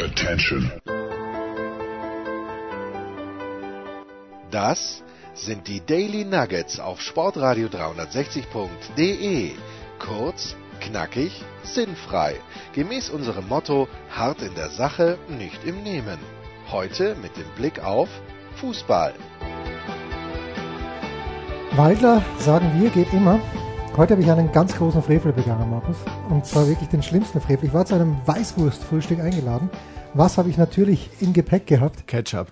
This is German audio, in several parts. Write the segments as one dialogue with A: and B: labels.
A: Attention.
B: Das sind die Daily Nuggets auf Sportradio 360.de. E. Kurz, knackig, sinnfrei. Gemäß unserem Motto: hart in der Sache, nicht im Nehmen. Heute mit dem Blick auf Fußball.
C: Waldler, sagen wir, geht immer. Heute habe ich einen ganz großen Frevel begangen, Markus. Und zwar wirklich den schlimmsten Frevel. Ich war zu einem Weißwurstfrühstück eingeladen. Was habe ich natürlich im Gepäck gehabt?
D: Ketchup.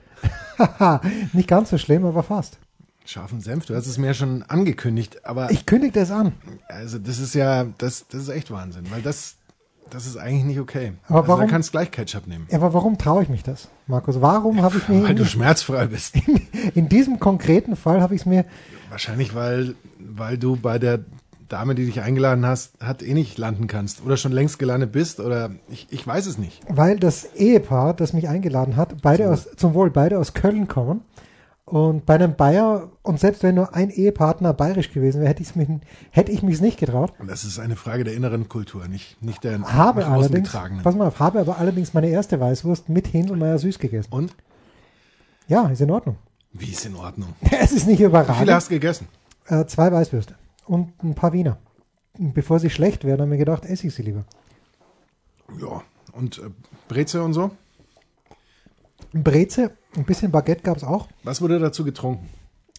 C: Nicht ganz so schlimm, aber fast.
D: Scharfen Senf, du hast es mir schon angekündigt, aber
C: Ich kündigte es an.
D: also das ist ja, das, das ist echt Wahnsinn, weil das, das ist eigentlich nicht okay.
C: Aber
D: also
C: warum-
D: da kannst du gleich Ketchup nehmen,
C: Aber warum traue ich mich das, Markus? Warum habe ich mir
D: weil du
C: in,
D: schmerzfrei bist.
C: in diesem konkreten Fall habe ich es mir
D: Wahrscheinlich, weil, weil du bei der Dame, die dich eingeladen hast, hat eh nicht landen kannst oder schon längst gelandet bist oder ich, ich weiß es nicht.
C: weil das Ehepaar, das mich eingeladen hat, beide aus, zum Wohl beide aus Köln kommen. Und bei einem Bayer, und selbst wenn nur ein Ehepartner bayerisch gewesen wäre, hätte, ich's mir- hätte ich mich es nicht getraut.
D: Und das ist eine Frage der inneren Kultur, nicht, nicht der
C: Habe
D: nach außen
C: allerdings,
D: getragenen.
C: pass mal auf, habe aber allerdings meine erste Weißwurst mit Hindelmeier süß gegessen.
D: Und?
C: Ja, ist in Ordnung.
D: Wie ist in Ordnung?
C: Es ist nicht
D: Wie viele
C: überraschend.
D: hast du gegessen?
C: Äh, zwei Weißwürste und ein paar Wiener. Und Bevor sie schlecht werden, haben wir gedacht, esse ich sie lieber.
D: Ja. Und äh, Breze und so?
C: Breze, ein bisschen Baguette gab es auch.
D: Was wurde dazu getrunken?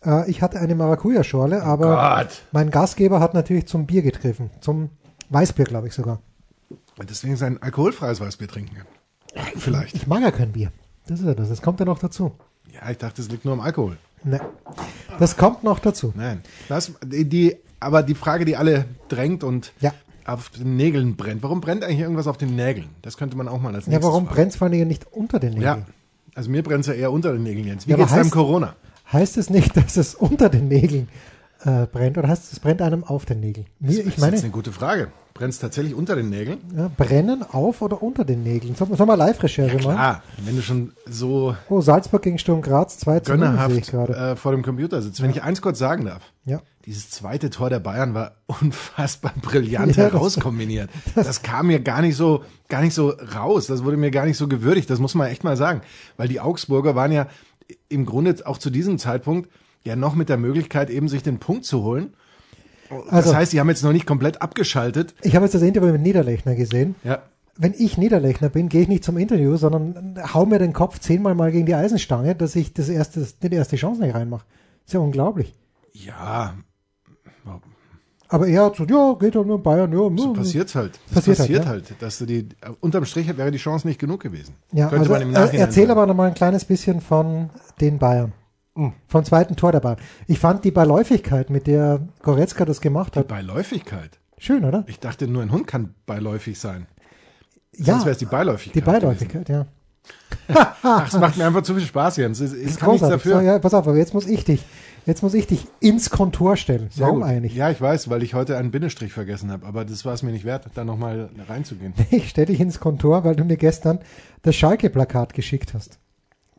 C: Äh, ich hatte eine Maracuja-Schorle, aber
D: Oh Gott.
C: mein Gastgeber hat natürlich zum Bier gegriffen. Zum Weißbier, glaube ich sogar.
D: Und deswegen sein alkoholfreies Weißbier trinken kann. Vielleicht.
C: Ich mag ja kein Bier. Das ist ja das. Das kommt ja noch dazu.
D: Ja, ich dachte, es liegt nur am Alkohol.
C: Ne. Das kommt noch dazu.
D: Nein. Das, die, die, aber die Frage, die alle drängt und
C: Ja.
D: auf den Nägeln brennt. Warum brennt eigentlich irgendwas auf den Nägeln? Das könnte man auch mal als
C: Ja,
D: nächstes
C: warum
D: fragen.
C: brennt's vor allen Dingen nicht unter den Nägeln?
D: Ja. Also mir brennt es ja eher unter den Nägeln, Jens. Wie
C: Ja, aber
D: geht's deinem
C: heißt-
D: Corona?
C: Heißt es nicht, dass es unter den Nägeln äh, brennt oder heißt es, es brennt einem auf den Nägeln? Mir, ich
D: das ist jetzt
C: meine,
D: eine gute Frage. Brennt es tatsächlich unter den Nägeln?
C: ja, brennen auf oder unter den Nägeln? Sollen soll wir Live-Recherche machen?
D: Klar, wenn du schon so
C: Oh, Salzburg gegen Sturm Graz, 2 zu 0 sehe ich
D: gönnerhaft
C: gerade.
D: äh, vor dem Computer sitzt. Wenn ich eins kurz sagen darf.
C: Ja.
D: Dieses zweite Tor der Bayern war unfassbar brillant
C: Ja, das-
D: herauskombiniert. Das, kam mir gar nicht so, gar nicht so raus. Das wurde mir gar nicht so gewürdigt. Das muss man echt mal sagen. Weil die Augsburger waren ja im Grunde auch zu diesem Zeitpunkt ja noch mit der Möglichkeit eben sich den Punkt zu holen.
C: Also-
D: das heißt, sie haben jetzt noch nicht komplett abgeschaltet.
C: Ich habe jetzt das Interview mit Niederlechner gesehen.
D: Ja.
C: Wenn ich Niederlechner bin, gehe ich nicht zum Interview, sondern hau mir den Kopf zehnmal mal gegen die Eisenstange, dass ich das erste, die erste Chance nicht reinmache. Ist ja unglaublich.
D: Ja.
C: Aber er hat so, ja, geht doch nur Bayern, ja.
D: So
C: mm,
D: passiert's halt. Das
C: Passiert
D: passiert,
C: halt, ja.
D: halt, dass du die unterm Strich wäre die Chance nicht genug gewesen.
C: Ja, also,
D: Könnte man im
C: äh,
D: Nachhinein
C: erzähl
D: sagen.
C: aber noch mal ein kleines bisschen von den Bayern. Vom zweiten Tor der Bayern. Ich fand die Beiläufigkeit, mit der Goretzka das gemacht hat,
D: Beiläufigkeit.
C: schön, oder?
D: Ich dachte, nur ein Hund kann beiläufig sein.
C: Ja,
D: Sonst wäre es die Beiläufigkeit.
C: die Beiläufigkeit, ja.
D: Ach, es macht mir einfach zu viel Spaß, Jens. Ich,
C: Das
D: ich
C: ist
D: kann nichts
C: großartig.
D: dafür.
C: So, ja, pass auf, aber jetzt muss ich dich, jetzt muss ich dich ins Kontor stellen.
D: Sehr
C: Warum
D: gut.
C: eigentlich?
D: Ja, ich weiß, weil ich heute einen Bindestrich vergessen habe, aber das war es mir nicht wert, da nochmal reinzugehen.
C: Ich stelle dich ins Kontor, weil du mir gestern das Schalke-Plakat geschickt hast.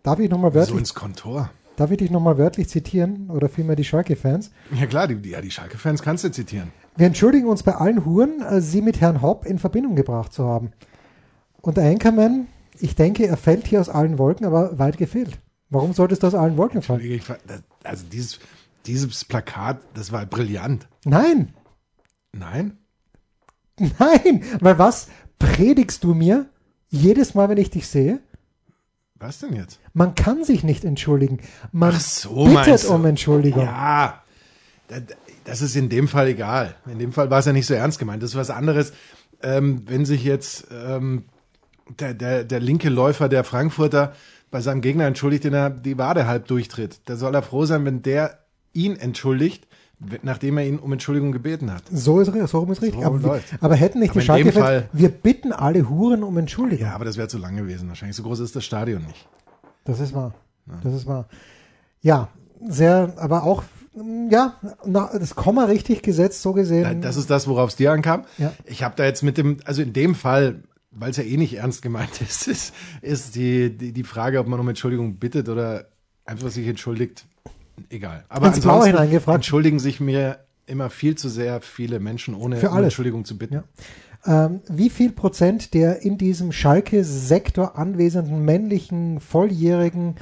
C: Darf ich nochmal
D: So
C: wörtlich,
D: ins Kontor.
C: darf ich dich nochmal wörtlich zitieren oder vielmehr die Schalke-Fans?
D: Ja klar, die, die- ja, die Schalke-Fans kannst du zitieren.
C: Wir entschuldigen uns bei allen Huren, äh, Sie mit Herrn Hopp in Verbindung gebracht zu haben. Und Einkommen, ich denke, er fällt hier aus allen Wolken, aber weit gefehlt. Warum sollte es aus allen Wolken fallen?
D: Ich- das- Also dieses, dieses Plakat, das war brillant.
C: Nein,
D: Nein?
C: nein, weil was predigst du mir jedes Mal, wenn ich dich sehe?
D: Was denn jetzt?
C: Man kann sich nicht entschuldigen. Man
D: Ach so,
C: bittet
D: meinst du?
C: um Entschuldigung.
D: Ja, da- das ist in dem Fall egal. In dem Fall war es ja nicht so ernst gemeint. Das ist was anderes, ähm, wenn sich jetzt ähm, der, der, der linke Läufer der Frankfurter bei seinem Gegner entschuldigt, den er die Wade halb durchtritt. Da soll er froh sein, wenn der ihn entschuldigt, we- nachdem er ihn um Entschuldigung gebeten hat.
C: So ist es, so rum ist richtig.
D: So
C: aber,
D: läuft's.
C: aber hätten nicht die
D: Aber in dem
C: Schalke-Fans,
D: Fall-
C: wir bitten alle Huren um Entschuldigung.
D: Ja, aber das wäre zu lang gewesen wahrscheinlich. So groß ist das Stadion nicht.
C: Das ist wahr. Das ist wahr. Ja, sehr, aber auch, mm, ja, na, das Komma richtig gesetzt, so
D: Da-
C: gesehen.
D: Das ist das, worauf es dir ankam.
C: Mhm. Ja.
D: Ich habe da jetzt mit dem, also in dem Fall, weil es ja eh nicht ernst gemeint ist, ist, ist die, die, die Frage, ob man um Entschuldigung bittet oder einfach sich entschuldigt, egal. Aber
C: Ins Blaue
D: ansonsten
C: hineingefragt.
D: entschuldigen sich mir immer viel zu sehr viele Menschen, ohne
C: Für
D: um
C: alles.
D: Entschuldigung zu bitten.
C: Ja. Ähm, wie viel Prozent der in diesem Schalke-Sektor anwesenden männlichen, volljährigen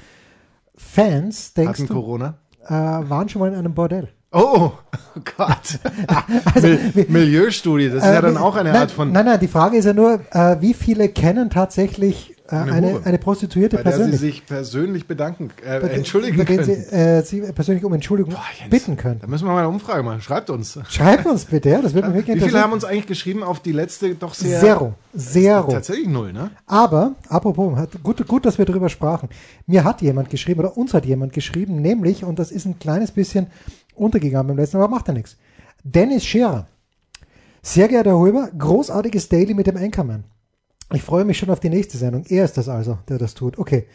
C: Fans, denkst
D: Hatten
C: du,
D: Corona?
C: äh, waren schon mal in einem Bordell?
D: Oh, oh Gott.
C: Also,
D: Mil
C: wir-
D: Milieustudie, das ist ja
C: Äh,
D: dann
C: wie-
D: auch eine
C: nein,
D: Art von,
C: Nein, nein, die Frage ist ja nur, äh, wie viele kennen tatsächlich äh,
D: Eine
C: eine, eine,
D: Hure.
C: Prostituierte
D: bei der Sie
C: persönlich?
D: sich persönlich bedanken, äh,
C: Bei-
D: entschuldigen
C: bei denen
D: können.
C: Sie, äh, Sie persönlich um Entschuldigung
D: Boah, Jens,
C: bitten können.
D: Da müssen wir mal eine Umfrage machen. Schreibt uns.
C: Schreibt uns bitte, ja, das würde mich wirklich
D: Wie viele
C: interessieren.
D: haben uns eigentlich geschrieben auf die letzte doch sehr...
C: Zero, zero.
D: Tatsächlich null, ne?
C: Aber, apropos, hat, gut, gut, dass wir darüber sprachen. Mir hat jemand geschrieben, oder uns hat jemand geschrieben, nämlich, und das ist ein kleines bisschen untergegangen beim letzten Mal, aber macht ja nichts. Dennis Scherer. Sehr geehrter Herr Huber, großartiges Daily mit dem Anchorman. Ich freue mich schon auf die nächste Sendung. Er ist das also, der das tut. Okay.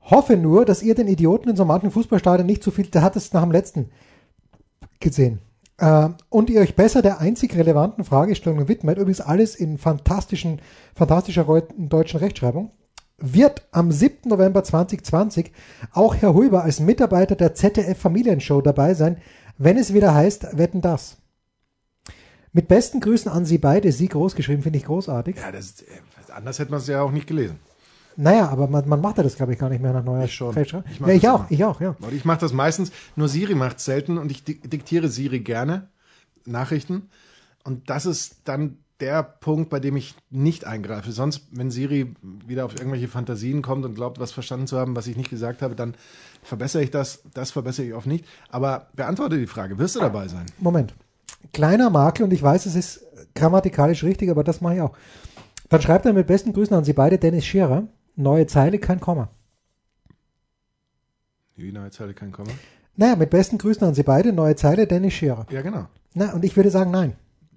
C: Hoffe nur, dass ihr den Idioten in so manchen Fußballstadien nicht so viel, der hat es nach dem letzten gesehen. Ähm, und ihr euch besser der einzig relevanten Fragestellung widmet, übrigens alles in fantastischen, fantastischer reu- deutschen Rechtschreibung, wird am 7. November 2020 auch Herr Huber als Mitarbeiter der ZDF Familienshow dabei sein, wenn es wieder heißt, wetten das. Mit besten Grüßen an Sie beide, Sie großgeschrieben, finde ich großartig.
D: Ja, das ist, äh, anders hätte man es ja auch nicht gelesen.
C: Naja, aber man, man macht ja das, glaube ich, gar nicht mehr nach neuer
D: Ich schon.
C: Rechtschreibung.
D: Ich mach
C: ja, ich
D: das
C: auch,
D: immer.
C: ich auch, ja.
D: Und ich mache das meistens, nur Siri macht selten und ich dik- diktiere Siri gerne Nachrichten. Und das ist dann der Punkt, bei dem ich nicht eingreife. Sonst, wenn Siri wieder auf irgendwelche Fantasien kommt und glaubt, was verstanden zu haben, was ich nicht gesagt habe, dann verbessere ich das. Das verbessere ich oft nicht. Aber beantworte die Frage. Wirst du dabei sein?
C: Moment. Kleiner Makel, und ich weiß, es ist grammatikalisch richtig, aber das mache ich auch. Dann schreibt er mit besten Grüßen an Sie beide, Dennis Scherer. Neue Zeile, kein Komma.
D: Jena, jetzt hatte kein Komma.
C: Naja, mit besten Grüßen an Sie beide, neue Zeile, Dennis Scherer.
D: Ja, genau.
C: Na, und ich würde sagen, nein.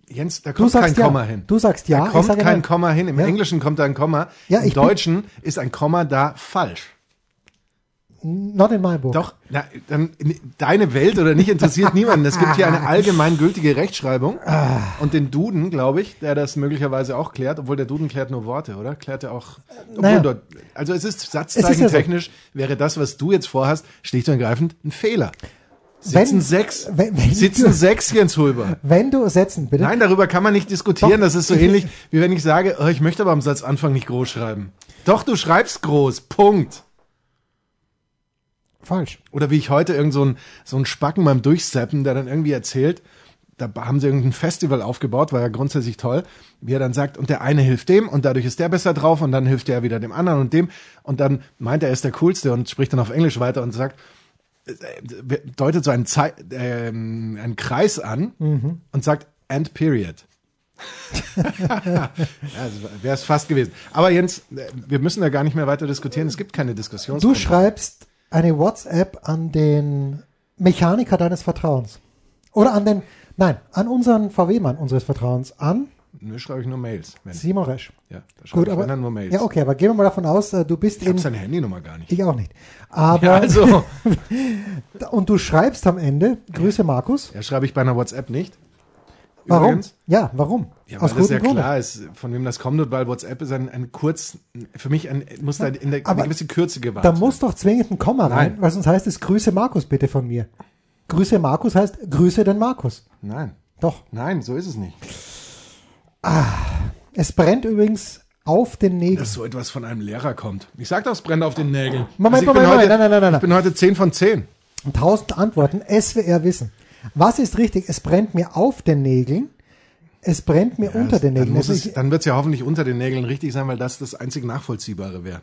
D: Jens, da
C: Du
D: kommt kein
C: sagst ja.
D: Komma hin.
C: Du sagst ja,
D: Da
C: ich
D: kommt
C: sage
D: kein
C: nein.
D: Komma hin. Im
C: genau. Ja.
D: Englischen kommt ein Komma.
C: Ja,
D: Im
C: ich bin-
D: Deutschen ist ein Komma da falsch.
C: Not in my book.
D: Doch, na, dann, deine Welt oder nicht interessiert niemanden. Es gibt hier eine allgemeingültige Rechtschreibung.
C: Ah.
D: Und den Duden, glaube ich, der das möglicherweise auch klärt, obwohl der Duden klärt nur Worte, oder? Klärt er auch. Obwohl
C: Äh, Naja.
D: dort, also es ist
C: Es ist ja so.
D: satzzeichentechnisch, wäre das, was du jetzt vorhast, schlicht und ergreifend ein Fehler. Sitzen
C: Wenn-
D: sechs,
C: wenn- wenn
D: sitzen
C: du-
D: sechs Jens Hulber.
C: Wenn du setzen, bitte.
D: Nein, darüber kann man nicht diskutieren.
C: Doch.
D: Das ist so ähnlich, wie wenn ich sage, oh, ich möchte aber am Satzanfang nicht groß schreiben. Doch, du schreibst groß. Punkt.
C: Falsch.
D: Oder wie ich heute irgend so ein, so ein Spacken beim Durchseppen, der dann irgendwie erzählt, da haben sie irgendein Festival aufgebaut, war ja grundsätzlich toll, wie er dann sagt, und der eine hilft dem und dadurch ist der besser drauf und dann hilft der wieder dem anderen und dem und dann meint er, er ist der Coolste und spricht dann auf Englisch weiter und sagt, äh, deutet so einen, Zei ähm, einen Kreis an und sagt, and period. ja, also wäre es fast gewesen. Aber Jens, äh, wir müssen da gar nicht mehr weiter diskutieren. Es gibt keine Diskussion.
C: Du schreibst eine WhatsApp an den Mechaniker deines Vertrauens. Oder an den, nein, an unseren VW-Mann unseres Vertrauens, an
D: Nö, schreibe ich nur Mails. Wenn.
C: Simon Resch.
D: Ja, da schreibe
C: Gut,
D: ich
C: aber,
D: wenn dann nur Mails.
C: ja, okay, aber gehen wir mal davon aus, äh, du bist
D: Ich habe
C: in,
D: seine Handynummer gar nicht.
C: ich auch nicht. Aber,
D: Ja, also,
C: und du schreibst am Ende, Grüße Markus,
D: ja, schreibe ich bei einer WhatsApp nicht.
C: warum?
D: Übrigens.
C: Ja, warum?
D: Ja, weil
C: Aus
D: das
C: gutem
D: ja
C: Grund.
D: klar ist, von wem das kommt und weil WhatsApp ist ein, ein kurz, für mich ein, muss da in der
C: Aber
D: eine gewisse Kürze gewahrt
C: Da muss doch zwingend ein Komma rein,
D: Nein.
C: weil sonst heißt es Grüße Markus bitte von mir. Grüße Markus heißt Grüße den Markus.
D: werden. Nein,
C: Doch.
D: nein, so ist es nicht.
C: Es brennt übrigens auf den Nägeln.
D: Dass so etwas von einem Lehrer kommt. Ich sag doch, es brennt auf den Nägeln.
C: Moment,
D: Also ich
C: Moment,
D: bin heute,
C: Moment, nein, nein, nein, nein,
D: Ich bin heute 10 von 10.
C: Tausend Antworten, SWR Wissen. Was ist richtig? Es brennt mir auf den Nägeln. Es brennt mir unter den
D: Dann,
C: Nägeln.
D: muss
C: Also
D: es,
C: ich-
D: dann wird's ja hoffentlich unter den Nägeln richtig sein, weil das das einzig Nachvollziehbare wäre.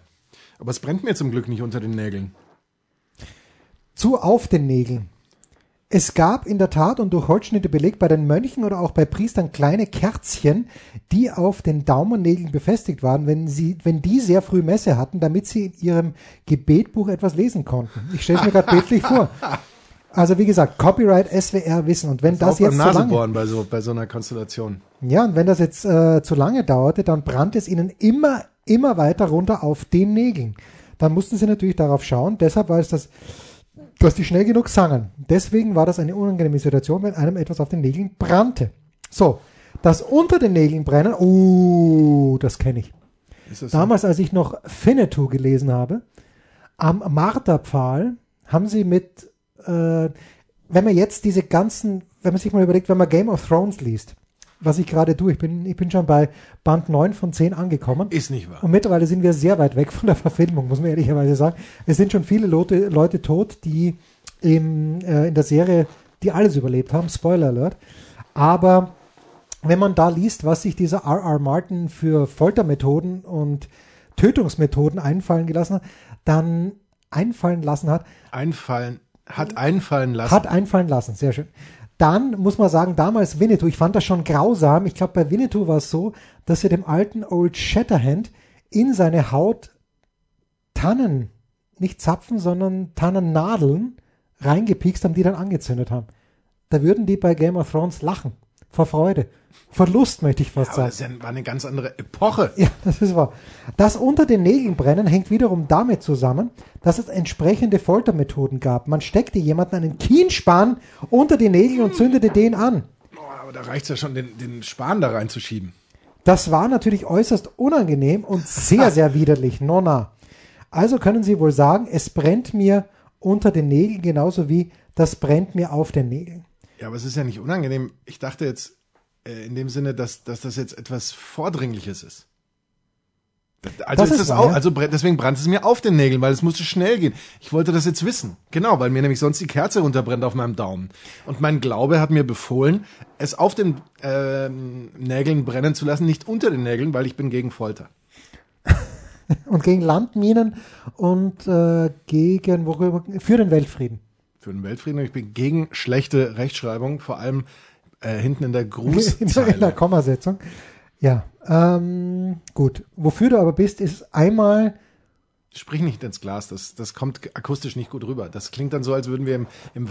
D: Aber es brennt mir zum Glück nicht unter den Nägeln.
C: zu auf den Nägeln. Es gab in der Tat und durch Holzschnitte belegt bei den Mönchen oder auch bei Priestern kleine Kerzchen, die auf den Daumennägeln befestigt waren, wenn sie, wenn die sehr früh Messe hatten, damit sie in ihrem Gebetbuch etwas lesen konnten. Ich stelle es mir gerade bildlich vor. Also wie gesagt, Copyright SWR Wissen und wenn das,
D: Auch beim
C: jetzt so lange,
D: Nasebohren bei so, bei so einer Konstellation.
C: ja und wenn das jetzt äh, zu lange dauerte, dann brannte es ihnen immer immer weiter runter auf den Nägeln. Dann mussten sie natürlich darauf schauen. Deshalb war es das dass die schnell genug sangen. Deswegen war das eine unangenehme Situation, wenn einem etwas auf den Nägeln brannte. So, das unter den Nägeln brennen, oh, das kenne ich.
D: Ist das so?
C: Damals, als ich noch Finnetou gelesen habe, am Marterpfahl haben sie mit, äh, wenn man jetzt diese ganzen, wenn man sich mal überlegt, wenn man Game of Thrones liest, was ich gerade tue. Ich bin, ich bin schon bei Band 9 von 10 angekommen.
D: Ist nicht wahr.
C: Und mittlerweile sind wir sehr weit weg von der Verfilmung, muss man ehrlicherweise sagen. Es sind schon viele Leute, Leute tot, die im, äh, in der Serie, die alles überlebt haben. Spoiler Alert. Aber wenn man da liest, was sich dieser R.R. Martin für Foltermethoden und Tötungsmethoden einfallen gelassen hat, dann einfallen lassen hat,
D: Einfallen, hat einfallen lassen.
C: hat einfallen lassen, sehr schön. Dann muss man sagen, damals Winnetou, ich fand das schon grausam. Ich glaube, bei Winnetou war es so, dass sie dem alten Old Shatterhand in seine Haut Tannen, nicht Zapfen, sondern Tannennadeln reingepikst haben, die dann angezündet haben. Da würden die bei Game of Thrones lachen. Vor Freude. Vor Lust, möchte ich fast
D: aber
C: sagen.
D: das ist ja- war eine ganz andere Epoche.
C: Ja, das ist wahr. Das unter den Nägeln brennen hängt wiederum damit zusammen, dass es entsprechende Foltermethoden gab. Man steckte jemanden einen Kienspan unter die Nägel und zündete den an.
D: Oh, aber da reicht es ja schon, den, den Span da reinzuschieben.
C: Das war natürlich äußerst unangenehm und sehr, sehr widerlich. Nonna. Also können Sie wohl sagen, es brennt mir unter den Nägeln genauso wie das brennt mir auf den Nägeln.
D: Ja, aber es ist ja nicht unangenehm. Ich dachte jetzt äh, in dem Sinne, dass, dass das jetzt etwas Vordringliches ist. Also,
C: Das
D: ist
C: ist
D: das
C: wahr,
D: auch,
C: ja.
D: also brennt- deswegen brannte es mir auf den Nägeln, weil es musste schnell gehen. Ich wollte das jetzt wissen. Genau, weil mir nämlich sonst die Kerze runterbrennt auf meinem Daumen. Und mein Glaube hat mir befohlen, es auf den ähm, Nägeln brennen zu lassen, nicht unter den Nägeln, weil ich bin gegen Folter.
C: Und gegen Landminen und äh, gegen, worüber, für den Weltfrieden.
D: Für den Weltfrieden, ich bin gegen schlechte Rechtschreibung, vor allem äh, hinten in der
C: in der- in der
D: Grußzeile.
C: Kommasetzung. Ja, ähm, gut. Wofür du aber bist, ist einmal,
D: Sprich nicht ins Glas, das, das kommt akustisch nicht gut rüber. Das klingt dann so, als würden wir im, im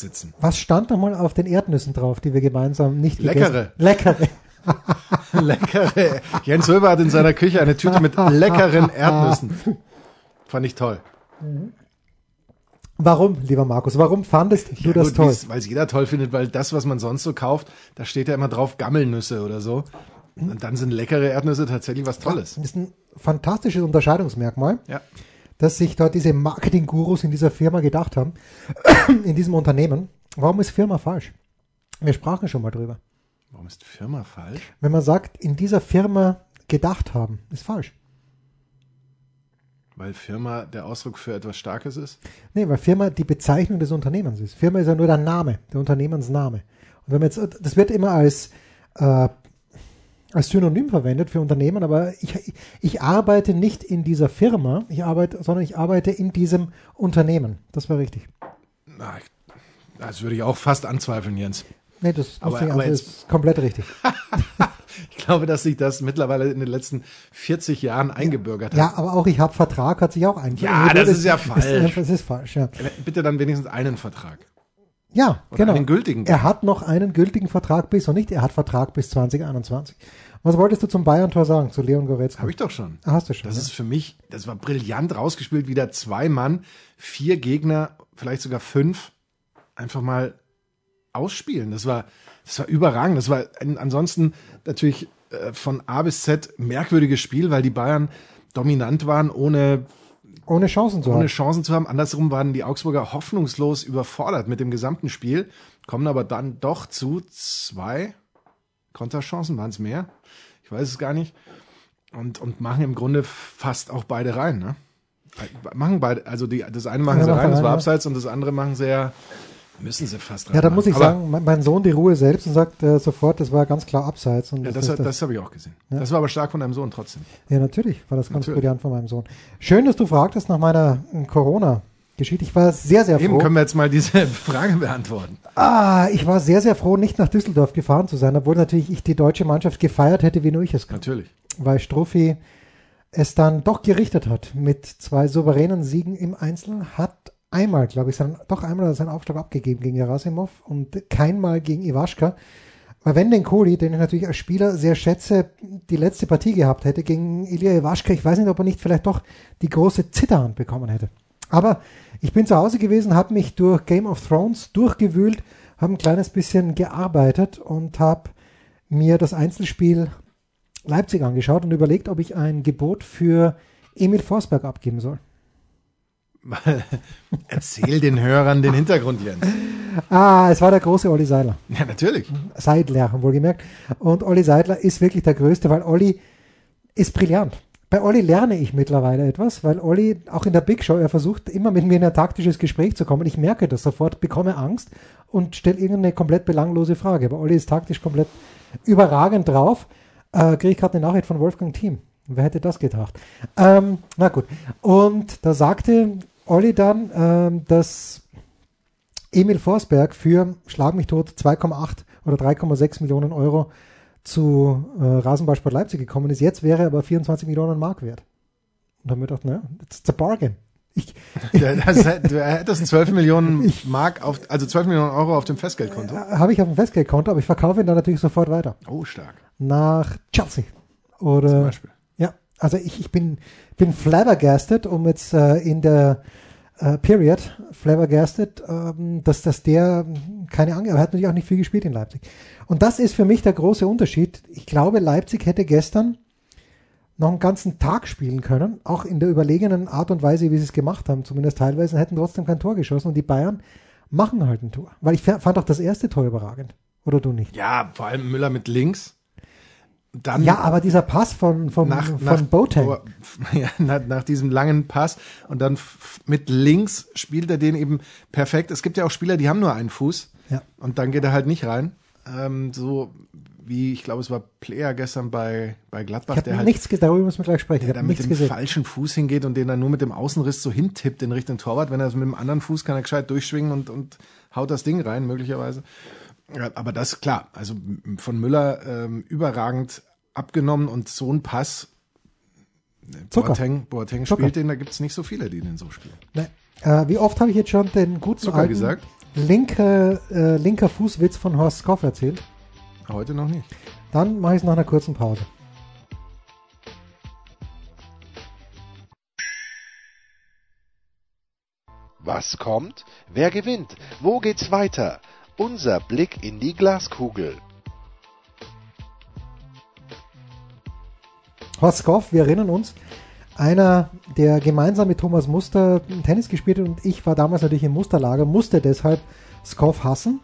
D: sitzen.
C: was stand nochmal auf den Erdnüssen drauf, die wir gemeinsam nicht
D: Leckere.
C: gegessen Leckere.
D: Leckere. Jens Röber hat in seiner Küche eine Tüte mit leckeren Erdnüssen. Fand ich toll.
C: Warum, lieber Markus, warum fandest du das
D: Gut,
C: toll?
D: wie's- Weil es jeder toll findet, weil das, was man sonst so kauft, da steht ja immer drauf Gammelnüsse oder so. Und dann sind leckere Erdnüsse tatsächlich was Tolles.
C: Das ist ein fantastisches Unterscheidungsmerkmal,
D: Ja.
C: dass sich dort diese Marketing-Gurus in dieser Firma gedacht haben, in diesem Unternehmen. Warum ist Firma falsch? Wir sprachen schon mal drüber.
D: Warum ist Firma falsch?
C: Wenn man sagt, in dieser Firma gedacht haben, ist falsch.
D: Weil Firma der Ausdruck für etwas Starkes ist?
C: Nee, weil Firma die Bezeichnung des Unternehmens ist. Firma ist ja nur der Name, der Unternehmensname. Und wenn man jetzt, das wird immer als, äh, als Synonym verwendet für Unternehmen, aber ich, ich arbeite nicht in dieser Firma, ich arbeite, sondern ich arbeite in diesem Unternehmen. Das war richtig.
D: Na, ich, das würde ich auch fast anzweifeln, Jens.
C: Nee, das,
D: Aber-
C: muss ich-
D: aber
C: also,
D: jetzt-
C: das ist komplett richtig.
D: Ich glaube, dass sich das mittlerweile in den letzten 40 Jahren eingebürgert hat.
C: Ja, aber auch ich habe Vertrag, hat sich auch ein.
D: Ja, das ist ja falsch.
C: Ist, das ist falsch, ja.
D: Äh, Bitte dann wenigstens einen Vertrag.
C: Ja,
D: Oder
C: genau.
D: einen gültigen.
C: Er hat noch einen gültigen Vertrag bis, und nicht, er hat Vertrag bis 2021. Was wolltest du zum Bayern-Tor sagen, zu Leon Goretzka?
D: Habe ich doch schon.
C: Ah, Hast du schon.
D: Das
C: ja.
D: ist für mich, das war brillant rausgespielt, wieder zwei Mann, vier Gegner, vielleicht sogar fünf, einfach mal ausspielen. Das war, das war überragend. Das war ein, ansonsten natürlich äh, von A bis Z merkwürdiges Spiel, weil die Bayern dominant waren, ohne,
C: Ohne Chancen zu
D: ohne
C: haben.
D: Chancen zu haben. Andersrum waren die Augsburger hoffnungslos überfordert mit dem gesamten Spiel, kommen aber dann doch zu zwei Konterchancen, waren es mehr? Ich weiß es gar nicht. Und, und machen im Grunde fast auch beide rein, ne? Machen beide, also die, das eine machen
C: Ja,
D: sie
C: machen
D: rein, das
C: rein,
D: war
C: ja.
D: abseits, und das andere machen sie ja, müssen sie fast rein.
C: Ja, da
D: machen.
C: muss ich
D: Aber-
C: sagen, mein, mein Sohn die Ruhe selbst und sagt äh, sofort, das war ganz klar abseits. Und
D: Ja, das,
C: ist
D: das, das habe ich auch gesehen. Das war aber stark von deinem Sohn trotzdem.
C: ja, natürlich war das ganz
D: Natürlich.
C: brillant von meinem Sohn. Schön, dass du fragtest nach meiner äh, Corona-Geschichte. Ich war sehr, sehr
D: Eben
C: froh.
D: können wir jetzt mal diese Frage beantworten.
C: Ah, ich war sehr, sehr froh, nicht nach Düsseldorf gefahren zu sein, obwohl natürlich ich die deutsche Mannschaft gefeiert hätte, wie nur ich es kann.
D: Natürlich.
C: weil Struffi es dann doch gerichtet hat mit zwei souveränen Siegen im Einzel, hat einmal, glaube ich, seinen, doch einmal seinen Aufschlag abgegeben gegen Gerasimov und keinmal gegen Iwaschka. Weil wenn den Kohli, den ich natürlich als Spieler sehr schätze, die letzte Partie gehabt hätte gegen Ilya Iwaschka, ich weiß nicht, ob er nicht vielleicht doch die große Zitterhand bekommen hätte. Aber ich bin zu Hause gewesen, habe mich durch Game of Thrones durchgewühlt, habe ein kleines bisschen gearbeitet und habe mir das Einzelspiel Leipzig angeschaut und überlegt, ob ich ein Gebot für Emil Forsberg abgeben soll.
D: Weil, erzähl den Hörern den Hintergrund, Jens.
C: Ah, es war der große Olli Seiler.
D: Ja, natürlich.
C: Seidler, wohlgemerkt. Und Olli Seidler ist wirklich der Größte, weil Olli ist brillant. Bei Olli lerne ich mittlerweile etwas, weil Olli auch in der Big Show, er versucht immer mit mir in ein taktisches Gespräch zu kommen. Ich merke das sofort, bekomme Angst und stelle irgendeine komplett belanglose Frage. Aber Olli ist taktisch komplett überragend drauf. Äh, Kriege ich gerade eine Nachricht von Wolfgang Thiem. Wer hätte das gedacht? Ähm, na gut. Und da sagte Olli dann, ähm, dass Emil Forsberg für Schlag mich tot 2,8 oder 3,6 Millionen Euro zu äh, Rasenballsport Leipzig gekommen ist. Jetzt wäre er aber 24 Millionen Mark wert. Und dann haben wir gedacht, naja, it's a bargain. Ich,
D: Der- Das, du hättest 12 Millionen Mark auf, also 12 Millionen Euro auf dem Festgeldkonto.
C: äh, habe ich auf dem Festgeldkonto, aber ich verkaufe ihn dann natürlich sofort weiter.
D: Oh, stark.
C: Nach Chelsea. Oder
D: Zum Beispiel.
C: Ja, also ich, ich bin, bin flabbergasted, um jetzt äh, in der äh, Period flabbergasted, ähm, dass, dass der ähm, keine Angst, aber er hat natürlich auch nicht viel gespielt in Leipzig. Und das ist für mich der große Unterschied. Ich glaube, Leipzig hätte gestern noch einen ganzen Tag spielen können, auch in der überlegenen Art und Weise, wie sie es gemacht haben, zumindest teilweise, und hätten trotzdem kein Tor geschossen und die Bayern machen halt ein Tor. Weil ich fa- fand auch das erste Tor überragend. Oder du nicht?
D: Ja, vor allem Müller mit links. Dann
C: Ja, aber dieser Pass von, von,
D: Ähm, nach,
C: von
D: nach,
C: Boateng.
D: oh, ja, nach, nach diesem langen Pass und dann f- mit links spielt er den eben perfekt. Es gibt ja auch Spieler, die haben nur einen Fuß
C: Ja.
D: und dann geht er halt nicht rein. Ähm, so wie ich glaube, es war Player gestern bei, bei Gladbach,
C: Ich
D: der
C: habe
D: halt
C: nichts gesehen, darüber müssen wir gleich sprechen.
D: der
C: Ich
D: da
C: habe
D: mit
C: nichts
D: dem
C: gesehen.
D: falschen Fuß hingeht und den dann nur mit dem Außenriss so hintippt in Richtung Torwart. Wenn er es mit dem anderen Fuß kann er gescheit durchschwingen und, und haut das Ding rein, möglicherweise. Ja, Aber das, klar, also m- von Müller ähm, überragend abgenommen und so ein Pass.
C: Zucker.
D: Boateng, Boateng
C: Zucker.
D: spielt den, da gibt's nicht so viele, die den so spielen.
C: Nein. Äh, wie oft habe ich jetzt schon den guten
D: Zucker
C: alten
D: gesagt?
C: Linke, äh, linker Fußwitz von Horst Skoff erzählt?
D: Heute noch nicht.
C: Dann mache ich es nach einer kurzen Pause.
B: Was kommt? Wer gewinnt? Wo geht's weiter? Unser Blick in die Glaskugel.
C: Horst Skoff, wir erinnern uns, einer, der gemeinsam mit Thomas Muster Tennis gespielt hat und ich war damals natürlich im Musterlager, musste deshalb Skoff hassen.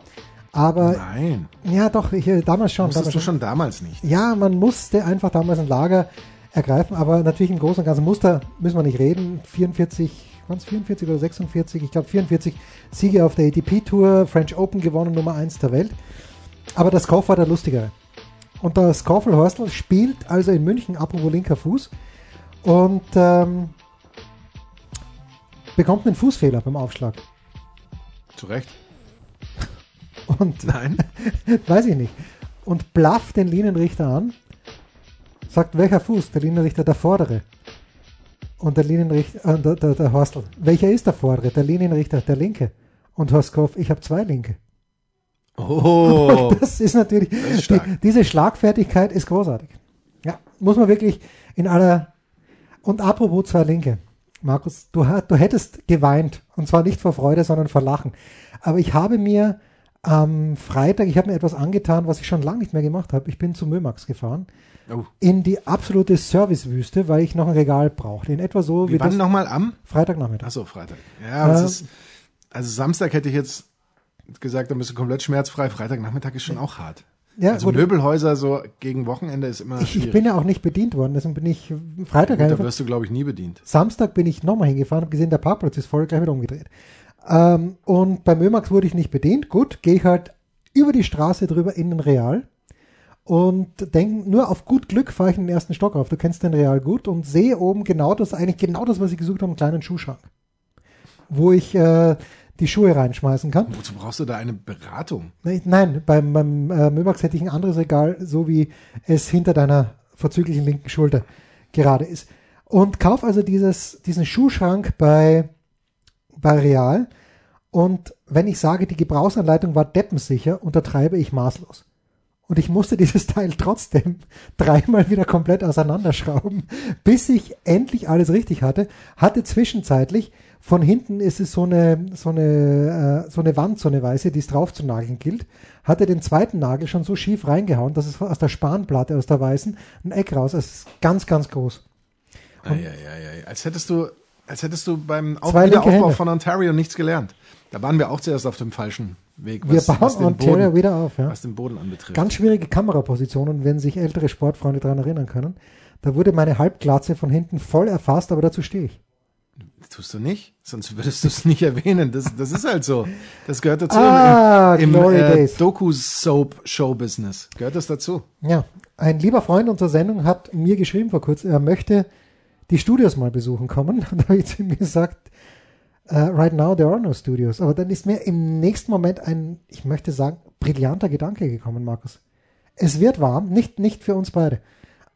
C: Aber
D: Nein,
C: ja, doch, ich, äh, damals schon.
D: musstest
C: Damals
D: du
C: schon.
D: schon damals nicht.
C: Ja, man musste einfach damals ein Lager ergreifen, aber natürlich im Großen und Ganzen Muster müssen wir nicht reden. 44, waren es 44 oder 46? Ich glaube 44 Siege auf der ATP-Tour, French Open gewonnen, Nummer 1 der Welt. Aber das Kauf war der lustigere. Und der Skoffelhorstl spielt also in München, apropos linker Fuß, und ähm, bekommt einen Fußfehler beim Aufschlag.
D: Zu Recht.
C: Und
D: Nein.
C: Weiß ich nicht. Und blafft den Linienrichter an, sagt, welcher Fuß? Der Linienrichter, der vordere. Und der Linienrichter, äh, der, der, der Horstl, welcher ist der vordere? Der Linienrichter, der linke. Und Horstkow, ich habe zwei linke.
D: Oh.
C: Das ist natürlich,
D: ist stark.
C: die, diese Schlagfertigkeit ist großartig. Ja, muss man wirklich in aller, und apropos zwei Linke. Markus, du, ha- du hättest geweint. Und zwar nicht vor Freude, sondern vor Lachen. Aber ich habe mir am Freitag, ich habe mir etwas angetan, was ich schon lange nicht mehr gemacht habe. Ich bin zu Mömax gefahren.
D: oh.
C: In die absolute Servicewüste, weil ich noch ein Regal brauchte. In etwa so wie,
D: Wie
C: das
D: wann nochmal am?
C: Freitagnachmittag.
D: Ach so, Freitag. Ja, aber
C: Ähm.
D: es ist, also Samstag hätte ich jetzt gesagt, dann bist du komplett schmerzfrei. Freitagnachmittag ist schon auch hart.
C: Ja,
D: also
C: gut.
D: Möbelhäuser so gegen Wochenende ist immer
C: Ich, ich
D: schwierig.
C: bin ja auch nicht bedient worden, deswegen bin ich Freitag
D: Gut, da
C: einfach
D: wirst du, glaube ich, nie bedient.
C: Samstag bin ich nochmal hingefahren, habe gesehen, der Parkplatz ist voll, gleich wieder umgedreht. Ähm, und bei Mömax wurde ich nicht bedient. Gut, gehe ich halt über die Straße drüber in den Real und denke, nur auf gut Glück fahre ich in den ersten Stock auf. Du kennst den Real gut und sehe oben genau das, eigentlich genau das, was ich gesucht habe, einen kleinen Schuhschrank, wo ich äh, die Schuhe reinschmeißen kann.
D: Wozu brauchst du da eine Beratung?
C: Nein, Nein, beim, beim äh, Möbax hätte ich ein anderes Regal, so wie es hinter deiner vorzüglichen linken Schulter gerade ist. Und kauf also dieses, diesen Schuhschrank bei, bei Real. Und wenn ich sage, die Gebrauchsanleitung war deppensicher, untertreibe ich maßlos. Und ich musste dieses Teil trotzdem dreimal wieder komplett auseinanderschrauben, bis ich endlich alles richtig hatte. Hatte zwischenzeitlich, von hinten ist es so eine, so eine, äh, so eine Wand, so eine weiße, die es drauf zu nageln gilt, hatte den zweiten Nagel schon so schief reingehauen, dass es aus der Spanplatte, aus der weißen, ein Eck raus. Es ist ganz, ganz groß.
D: Eieiei, als hättest du Als hättest du beim Auf
C: Zwei linke
D: Wiederaufbau
C: Hände.
D: von Ontario nichts gelernt. Da waren wir auch zuerst auf dem falschen Weg,
C: Wir bauen Ontario
D: Boden,
C: wieder auf, ja.
D: was den Boden anbetrifft.
C: Ganz schwierige Kamerapositionen, wenn sich ältere Sportfreunde daran erinnern können. Da wurde meine Halbglatze von hinten voll erfasst, aber dazu stehe ich.
D: Tust du nicht, sonst würdest du es nicht erwähnen. Das, das ist halt so. Das gehört dazu
C: Ah,
D: im, im
C: Glory
D: äh,
C: Days.
D: Doku-Soap-Show-Business. Gehört das dazu?
C: Ja, ein lieber Freund unserer Sendung hat mir geschrieben vor kurzem, er möchte die Studios mal besuchen kommen. Und da habe ich zu ihm gesagt, äh, right now there are no studios. Aber dann ist mir im nächsten Moment ein, ich möchte sagen, brillanter Gedanke gekommen, Markus. Es wird warm, nicht, nicht für uns beide.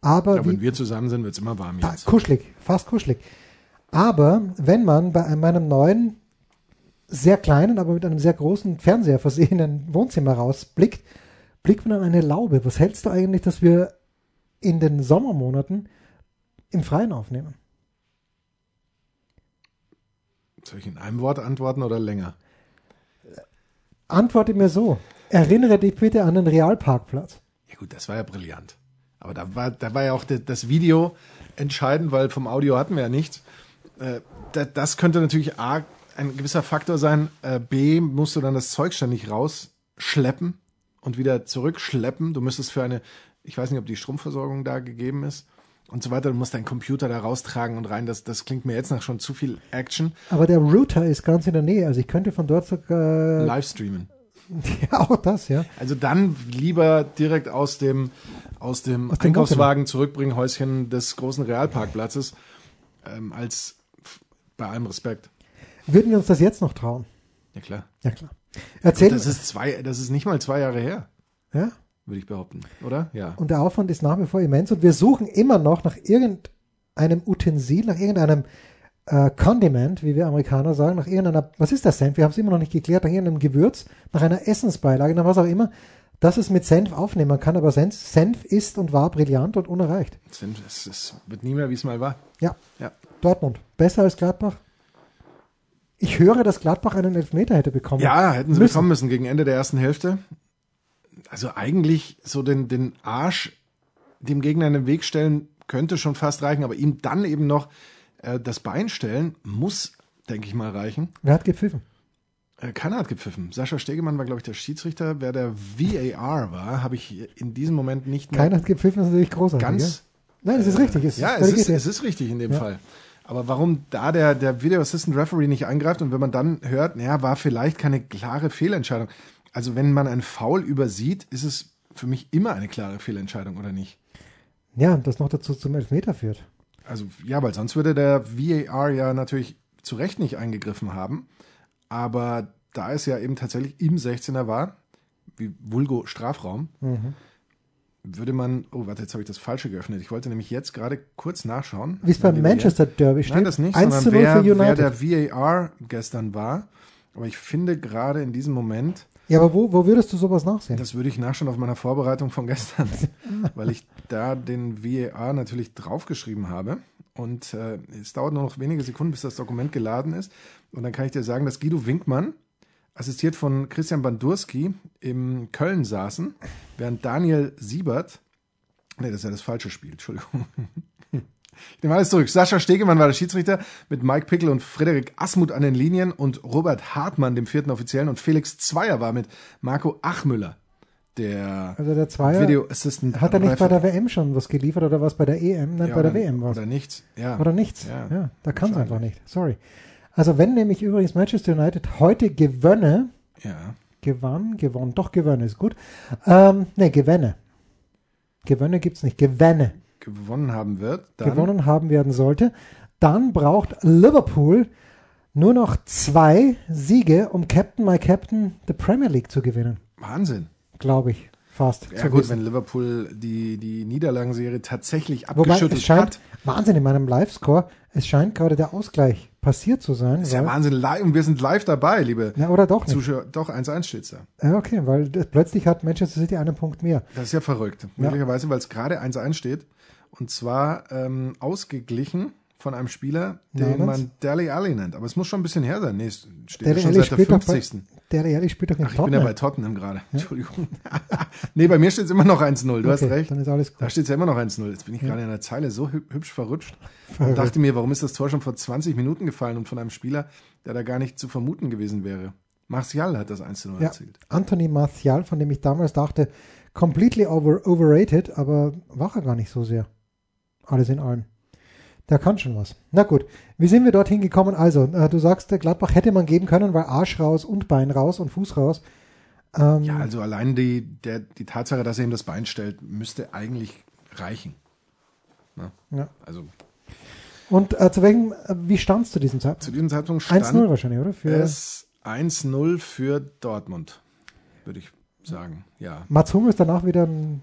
C: Aber
D: Ja,
C: wie
D: wenn wir zusammen sind, wird es immer warm
C: Da,
D: jetzt.
C: kuschelig, fast kuschelig. Aber wenn man bei meinem neuen, sehr kleinen, aber mit einem sehr großen Fernseher versehenen Wohnzimmer rausblickt, blickt man an eine Laube. Was hältst du eigentlich, dass wir in den Sommermonaten im Freien aufnehmen?
D: Soll ich in einem Wort antworten oder länger?
C: Antworte mir so. Erinnere dich bitte an den Realparkplatz.
D: Ja gut, das war ja brillant. Aber da war, da war ja auch de- das Video entscheidend, weil vom Audio hatten wir ja nichts. Äh, da, das könnte natürlich A, ein gewisser Faktor sein. Äh, B, musst du dann das Zeug ständig rausschleppen und wieder zurückschleppen. Du müsstest für eine, ich weiß nicht, ob die Stromversorgung da gegeben ist und so weiter. Du musst deinen Computer da raustragen und rein. Das, das klingt mir jetzt nach schon zu viel Action.
C: Aber der Router ist ganz in der Nähe, also ich könnte von dort sogar.
D: Äh, Livestreamen.
C: Ja, auch das, ja.
D: Also dann lieber direkt aus dem, aus dem
C: Aus dem
D: Einkaufswagen zurückbringen, Häuschen des großen Realparkplatzes, ähm, als f- bei allem Respekt.
C: Würden wir uns das jetzt noch trauen?
D: Ja klar.
C: Ja, klar. Erzähl.
D: Das ist zwei, das ist nicht mal zwei Jahre her,
C: ja?
D: würde ich behaupten, oder? Ja.
C: Und der Aufwand ist nach wie vor immens und wir suchen immer noch nach irgendeinem Utensil, nach irgendeinem äh, Condiment, wie wir Amerikaner sagen, nach irgendeiner, was ist das Senf? Wir haben es immer noch nicht geklärt, nach irgendeinem Gewürz, nach einer Essensbeilage, nach was auch immer, dass es mit Senf aufnehmen kann, aber Senf, Senf ist und war brillant und unerreicht.
D: Es sind- Es, es wird nie mehr, wie es mal war.
C: Ja,
D: Ja.
C: Dortmund, besser als Gladbach. Ich höre, dass Gladbach einen Elfmeter hätte bekommen.
D: Ja, hätten sie
C: Müssen.
D: bekommen müssen gegen Ende der ersten Hälfte. Also eigentlich so den, den Arsch dem Gegner in den Weg stellen könnte schon fast reichen, aber ihm dann eben noch äh, das Bein stellen muss, denke ich mal, reichen.
C: Wer hat gepfiffen?
D: Äh, Keiner hat gepfiffen. Sascha Stegemann war, glaube ich, der Schiedsrichter. Wer der VAR war, habe ich in diesem Moment nicht mehr
C: Keiner hat gepfiffen, das ist natürlich großartig.
D: ganz. äh,
C: ja. Nein, es ist richtig. Es ist
D: Ja, es
C: völlig
D: ist,
C: richtig.
D: es ist richtig in dem Fall. Aber warum da der, der Video Assistant Referee nicht eingreift und wenn man dann hört, naja, war vielleicht keine klare Fehlentscheidung. Also wenn man einen Foul übersieht, ist es für mich immer eine klare Fehlentscheidung, oder nicht?
C: ja, und das noch dazu zum Elfmeter führt.
D: Also ja, weil sonst würde der VAR ja natürlich zu Recht nicht eingegriffen haben. Aber da es ja eben tatsächlich im 16er war, wie Vulgo Strafraum,
C: Mhm.
D: würde man, oh warte, jetzt habe ich das Falsche geöffnet. Ich wollte nämlich jetzt gerade kurz nachschauen.
C: Wie es beim
D: Meine Liebe,
C: Manchester Derby steht.
D: Nein, das nicht,
C: 1 zu 0
D: sondern wer,
C: für United.
D: wer der VAR gestern war. Aber ich finde gerade in diesem Moment,
C: ja, aber wo, wo würdest du sowas nachsehen?
D: das würde ich nachschauen auf meiner Vorbereitung von gestern, weil ich da den VAR natürlich draufgeschrieben habe. Und äh, es dauert nur noch wenige Sekunden, bis das Dokument geladen ist. Und dann kann ich dir sagen, dass Guido Winkmann, assistiert von Christian Bandurski, im Köln saßen, während Daniel Siebert, nee, das ist ja das falsche Spiel, Entschuldigung. Ich nehme alles zurück. Sascha Stegemann war der Schiedsrichter mit Mike Pickel und Frederik Asmuth an den Linien und Robert Hartmann, dem vierten Offiziellen, und Felix Zweier war mit Marco Achmüller, der
C: also der Zweier,
D: Video Assistant.
C: hat er nicht bei
D: Referee.
C: der WM schon was geliefert oder was bei der EM? Nein,
D: Ja,
C: bei der
D: oder-
C: WM was.
D: Oder nichts. Ja.
C: Oder nichts. Ja,
D: Ja,
C: da kann es
D: wahrscheinlich.
C: einfach nicht. Sorry. Also wenn nämlich übrigens Manchester United heute gewönne,
D: ja.
C: gewann, gewonnen, doch gewönne ist gut. Ähm, ne, gewänne. Gewönne gibt's nicht, gewänne.
D: Gewonnen haben wird. Dann
C: gewonnen haben werden sollte, dann braucht Liverpool nur noch zwei Siege, um Captain My Captain the Premier League zu gewinnen.
D: Wahnsinn.
C: Glaube ich. Fast.
D: Ja
C: zu
D: gut,
C: wissen.
D: wenn Liverpool die, die Niederlagenserie tatsächlich
C: Wobei es
D: abgeschüttelt
C: scheint,
D: hat.
C: Wahnsinn in meinem Live-Score, es scheint gerade der Ausgleich passiert zu sein.
D: Ist ja
C: weil-
D: Wahnsinn. Live, und wir sind live dabei, liebe
C: na, oder doch nicht.
D: Zuschauer. Doch, 1-1 steht's da.
C: Ja, okay, weil d- plötzlich hat Manchester City einen Punkt mehr.
D: Das ist ja verrückt. Möglicherweise, weil es gerade 1-1 steht. Und zwar ähm, ausgeglichen von einem Spieler, den
C: Namens?
D: man Deli Alli nennt. Aber es muss schon ein bisschen her sein. Nee, es steht ja
C: Dele
D: schon
C: Alli
D: seit der
C: spielt, noch bei,
D: 50.
C: der Real spielt doch in
D: Ach, ich bin ja
C: Tottenham.
D: bei Tottenham gerade. Entschuldigung. nee, bei mir steht es immer noch 1-0. Du hast
C: Okay,
D: recht.
C: Dann ist alles
D: Da
C: gut.
D: steht es ja immer noch 1-0. Jetzt bin ich gerade in der Zeile so hü hübsch verrutscht und dachte mir, warum ist das Tor schon vor 20 Minuten gefallen und von einem Spieler, der da gar nicht zu vermuten gewesen wäre. Martial hat das 1-0
C: Ja,
D: erzielt.
C: Anthony Martial, von dem ich damals dachte, completely over, overrated, aber war er gar nicht so sehr. Alles in allem. Der kann schon was. Na gut, wie sind wir dorthin gekommen? Also, äh, du sagst, der Gladbach hätte man geben können, weil Arsch raus und Bein raus und Fuß raus. Ähm,
D: Ja, also allein die, der, die Tatsache, dass er ihm das Bein stellt, müsste eigentlich reichen. Na?
C: Ja.
D: Also
C: Und äh, zu welchem, äh, wie standst du diesem
D: zu
C: Zeitpunkt?
D: diesem Zeitpunkt
C: 1-0
D: stand
C: wahrscheinlich, oder? Für
D: es 1-0 für Dortmund, würde ich sagen. Ja,
C: Mats Hummels danach wieder ein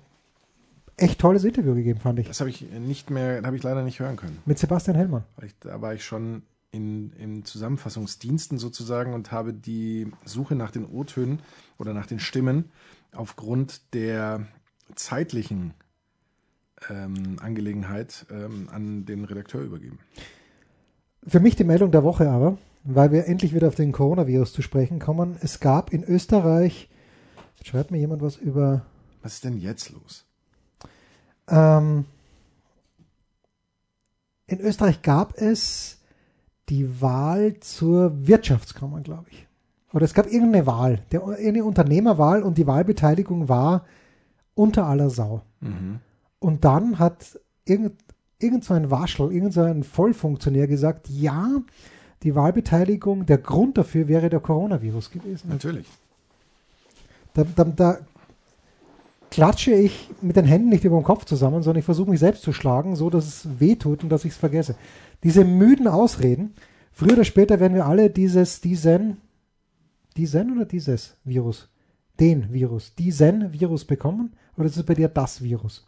C: echt tolles Interview gegeben, fand ich.
D: das habe ich nicht mehr, habe ich leider nicht hören können.
C: Mit Sebastian Hellmann.
D: Weil ich, da war ich schon in, in Zusammenfassungsdiensten sozusagen und habe die Suche nach den O-Tönen oder nach den Stimmen aufgrund der zeitlichen ähm, Angelegenheit ähm, an den Redakteur übergeben.
C: Für mich die Meldung der Woche aber, weil wir endlich wieder auf den Coronavirus zu sprechen kommen. Es gab in Österreich, jetzt schreibt mir jemand was über,
D: Was ist denn jetzt los?
C: ähm, in Österreich gab es die Wahl zur Wirtschaftskammer, glaube ich. Oder es gab irgendeine Wahl, der, irgendeine Unternehmerwahl und die Wahlbeteiligung war unter aller Sau.
D: Mhm.
C: Und dann hat irgend, irgend so ein Waschel, irgend so ein Vollfunktionär gesagt, ja, die Wahlbeteiligung, der Grund dafür wäre der Coronavirus gewesen.
D: Natürlich.
C: Da, da, da klatsche ich mit den Händen nicht über den Kopf zusammen, sondern ich versuche mich selbst zu schlagen, so dass es weh tut und dass ich es vergesse. Diese müden Ausreden, früher oder später werden wir alle dieses, diesen, diesen oder dieses Virus, den Virus, diesen Virus bekommen? Oder ist es bei dir das Virus?